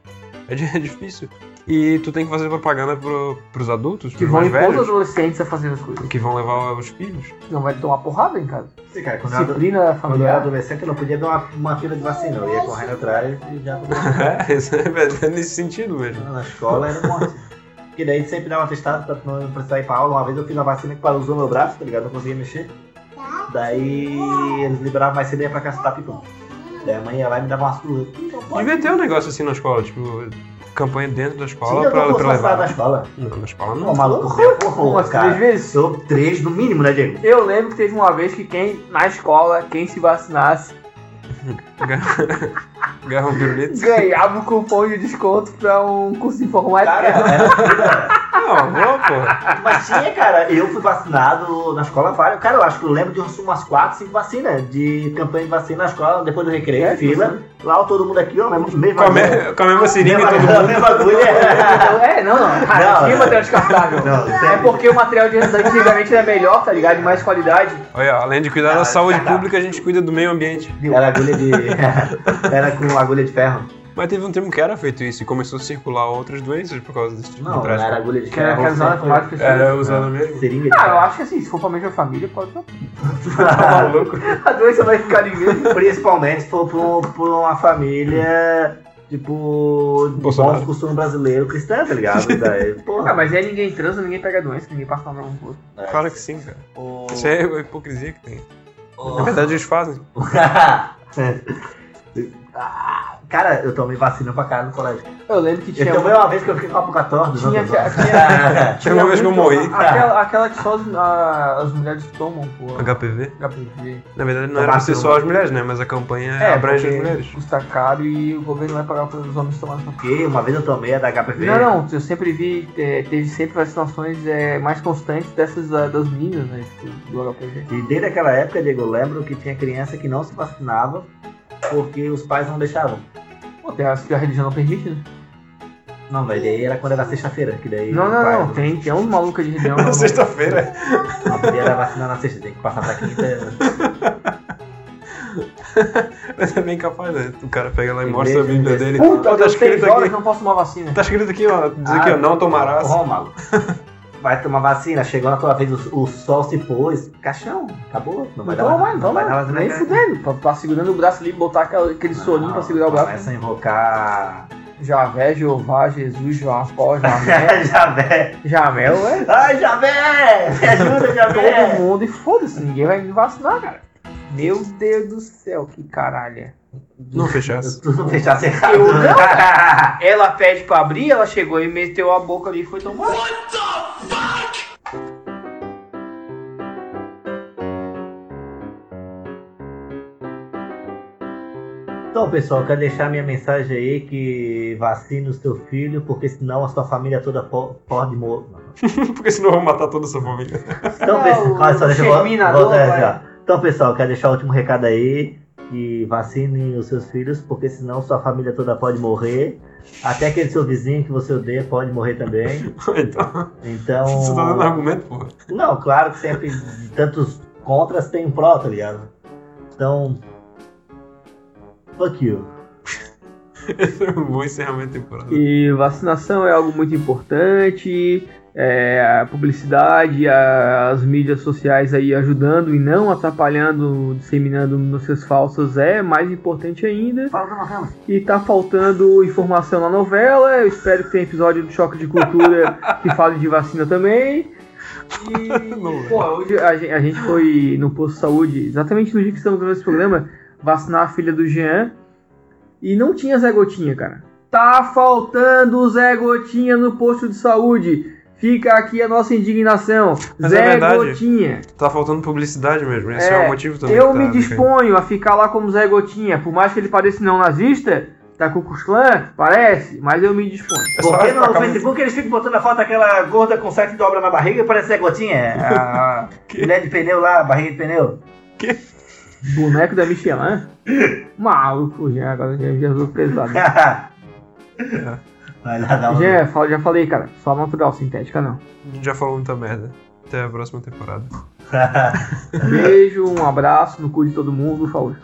Speaker 5: É, di- é difícil. E tu tem que fazer propaganda pro, pros adultos,
Speaker 2: Que
Speaker 5: pros
Speaker 2: vão
Speaker 5: mais
Speaker 2: impor os
Speaker 5: velhos,
Speaker 2: adolescentes a fazer as coisas.
Speaker 5: que vão levar os filhos.
Speaker 2: Não vai tomar porrada em casa.
Speaker 3: sim, cara, quando é eu era-
Speaker 2: Disciplina
Speaker 3: quando eu era
Speaker 2: familiar.
Speaker 3: adolescente eu não podia dar uma, uma fila de vacina. Eu ia correndo atrás e já tomava.
Speaker 5: É, isso é verdade, é nesse sentido mesmo.
Speaker 3: Na escola era morte. Porque daí sempre dava testado pra não precisar ir pra aula. Uma vez eu fiz uma vacina que paralisou meu braço, tá ligado? Não conseguia mexer. Daí eles liberavam mais cedo e ia pra cacetar pipão. Daí a mãe ia lá e me dava umas surras.
Speaker 5: Devia ter um negócio assim na escola, tipo, campanha dentro da
Speaker 3: Sim,
Speaker 5: escola
Speaker 3: eu
Speaker 5: pra,
Speaker 3: não
Speaker 5: pra
Speaker 3: fosse
Speaker 5: levar.
Speaker 3: vacinar da escola.
Speaker 5: Não, na escola
Speaker 3: Não,
Speaker 5: não.
Speaker 3: maluco, deu porra,
Speaker 2: Umas três
Speaker 3: cara.
Speaker 2: vezes.
Speaker 3: Sou três no mínimo, né, Diego?
Speaker 2: Eu lembro que teve uma vez que quem na escola, quem se vacinasse,
Speaker 5: Garra um pirulito.
Speaker 2: ganhava o cupom de desconto pra um curso de informática.
Speaker 3: Cara, era-
Speaker 5: Não, boa, porra.
Speaker 3: mas tinha, cara. Eu fui vacinado na escola várias. Cara, eu acho que eu lembro de umas quatro, cinco vacinas. De campanha de vacina na escola, depois do recreio,
Speaker 2: É,
Speaker 3: fila. Lá todo mundo aqui, ó, mesmo, mesmo
Speaker 5: Com a, me- com a mesma seringa
Speaker 3: Mesma-
Speaker 5: todo mundo.
Speaker 3: mesma agulha.
Speaker 2: Então, é, não, não. Cara,
Speaker 3: Não,
Speaker 2: que
Speaker 3: não.
Speaker 2: material descartável.
Speaker 3: Não,
Speaker 2: É
Speaker 3: sério.
Speaker 2: porque o material de antigamente era melhor, tá ligado? De mais qualidade.
Speaker 5: Olha, além de cuidar da saúde pública, a gente cuida do meio ambiente.
Speaker 3: Era agulha de. era com agulha de ferro.
Speaker 5: Mas teve um tempo que era feito isso e começou a circular outras doenças por causa desse tipo de
Speaker 3: Não, não
Speaker 5: prática.
Speaker 3: era agulha de
Speaker 2: Que era
Speaker 3: ferro. né?
Speaker 2: casal informática. assim.
Speaker 5: Era usado mesmo.
Speaker 3: Seringa de
Speaker 2: Ah, eu
Speaker 3: ferro.
Speaker 2: acho que assim, se for pra mesma família, pode ser.
Speaker 5: Maluco.
Speaker 2: A doença vai ficar em mim.
Speaker 3: Principalmente se for por, por uma família. Tipo, de
Speaker 5: Bolsonaro.
Speaker 3: bons costumes brasileiro cristã, tá ligado? Daí, porra.
Speaker 2: Ah, mas é ninguém transa, ninguém pega doença, ninguém passa mal um pouco.
Speaker 5: Claro que sim, cara.
Speaker 3: O-
Speaker 5: Isso é a hipocrisia que tem.
Speaker 3: o-
Speaker 5: Na verdade, eles fazem.
Speaker 3: Ah, Cara, eu tomei vacina pra caralho no colégio.
Speaker 2: Eu lembro que tinha. um-
Speaker 3: Eu tomei uma vez que eu fiquei com a Pucator dos
Speaker 2: Tinha,
Speaker 3: outros.
Speaker 2: tinha, tinha,
Speaker 5: Tinha uma vez que eu
Speaker 2: é muito-
Speaker 5: morri.
Speaker 2: Aquela, aquela que só as, a- as mulheres tomam, pô.
Speaker 5: HPV.
Speaker 2: HPV.
Speaker 5: Na verdade, não era pra ser só as mulheres, né? Mas a campanha abrange as
Speaker 2: É, porque
Speaker 5: mulheres.
Speaker 2: Custa caro e o governo vai pagar para os homens tomarem essa
Speaker 3: Porque uma vez eu tomei a da HPV.
Speaker 2: Não, não, eu sempre vi, é, teve sempre vacinações é, mais constantes dessas ah, das meninas, né? tipo, do HPV.
Speaker 3: E desde aquela época, Diego, eu lembro que tinha criança que não se vacinava porque os pais não deixavam.
Speaker 2: Pô, tem as que a religião não permite, né?
Speaker 3: Não, velho, daí era quando era sexta-feira, que daí.
Speaker 2: Não,
Speaker 3: o
Speaker 2: não,
Speaker 3: pai-
Speaker 2: não, tem, tem uns malucos de religião.
Speaker 5: Na
Speaker 2: não.
Speaker 5: sexta-feira.
Speaker 3: Não podia dar vacina na sexta, tem que passar pra quinta.
Speaker 5: Mas é bem capaz, né? O cara pega lá e
Speaker 3: Igreja,
Speaker 5: mostra a Bíblia dele.
Speaker 2: Puta,
Speaker 5: Ó, tá
Speaker 2: deu seis
Speaker 5: escrito
Speaker 2: horas,
Speaker 5: aqui.
Speaker 2: não posso tomar vacina.
Speaker 5: Tá escrito aqui, ó. Diz
Speaker 2: Ah,
Speaker 5: aqui, ó. Não tomarás.
Speaker 3: Ah, Ô, maluco. Vai tomar vacina, chegou na tua vez, o, o sol se pôs, caixão, acabou. Não vai dar
Speaker 2: Então vai,
Speaker 3: vacina,
Speaker 2: não
Speaker 3: vai né,
Speaker 2: vai,
Speaker 3: dar vacina.
Speaker 2: nem fudendo. Pra, pra segurando o braço ali, botar aquela- aquele soninho pra segurar o braço.
Speaker 3: Começa a invocar.
Speaker 2: Javé, Jeová, Jesus, Joapó, Jamé.
Speaker 3: É, Javé!
Speaker 2: Jamel, é
Speaker 3: Ai, Javé! Me ajuda,
Speaker 2: todo
Speaker 3: Javé!
Speaker 2: mundo e foda-se, ninguém vai me vacinar, cara. Meu Deus do céu, que caralho.
Speaker 5: Não fechasse.
Speaker 3: Tu não fechasse errado.
Speaker 2: Tá, Eu não. Ela pede pra abrir, ela chegou e meteu a boca ali e foi tomar.
Speaker 3: Então, pessoal, quero deixar minha mensagem aí que vacine o seu filho, porque senão a sua família toda po- pode morrer.
Speaker 5: Porque senão eu vou matar toda essa família.
Speaker 3: Então,
Speaker 2: Não,
Speaker 3: pessoal,
Speaker 2: o
Speaker 3: olha só, deixa eu
Speaker 2: exterminador,
Speaker 3: vou- vou-
Speaker 2: vai.
Speaker 3: é, Então, pessoal, quero deixar o último recado aí que vacine os seus filhos, porque senão sua família toda pode morrer. Até aquele seu vizinho que você odeia pode morrer também.
Speaker 5: Então,
Speaker 3: Então.
Speaker 5: você tá dando argumento, porra.
Speaker 3: Não, claro que sempre de tantos contras tem um pró, tá ligado? Então. Fuck you.
Speaker 5: Esse é um bom encerramento de temporada.
Speaker 2: E vacinação é algo muito importante, é, a publicidade, a- as mídias sociais aí ajudando e não atrapalhando, disseminando notícias falsas é mais importante ainda.
Speaker 3: Fala da novela.
Speaker 2: E tá faltando informação na novela, eu espero que tenha episódio do Choque de Cultura que fale de vacina também.
Speaker 5: Não,
Speaker 2: E, pô, hoje a, gen- a gente foi no posto de saúde, exatamente no dia que estamos gravando esse programa, vacinar a filha do Jean. E não tinha Zé Gotinha, cara. Tá faltando o Zé Gotinha no posto de saúde. Fica aqui a nossa indignação.
Speaker 5: Mas
Speaker 2: Zé
Speaker 5: é verdade.
Speaker 2: Gotinha.
Speaker 5: Tá faltando publicidade mesmo. Esse é,
Speaker 2: É,
Speaker 5: o motivo também.
Speaker 2: Eu
Speaker 5: que
Speaker 2: me
Speaker 5: tá
Speaker 2: disponho a ficar lá como Zé Gotinha. Por mais que ele pareça não nazista, da Ku Klux Klan, parece, mas eu me disponho.
Speaker 5: É só
Speaker 3: Porque no
Speaker 5: acaba-
Speaker 3: Facebook eles ficam botando a foto daquela gorda com sete dobra na barriga e parece a gotinha. É, A a mulher de pneu lá, barriga de pneu.
Speaker 2: Boneco da Michelin? Maluco, já, agora já, já sou pesado.
Speaker 3: Vai lá um dar uma.
Speaker 2: Já, fal- já falei, cara, só natural, sintética não.
Speaker 5: A gente já falou muita merda. Até a próxima temporada.
Speaker 2: Beijo, um abraço no cu de todo mundo, falou.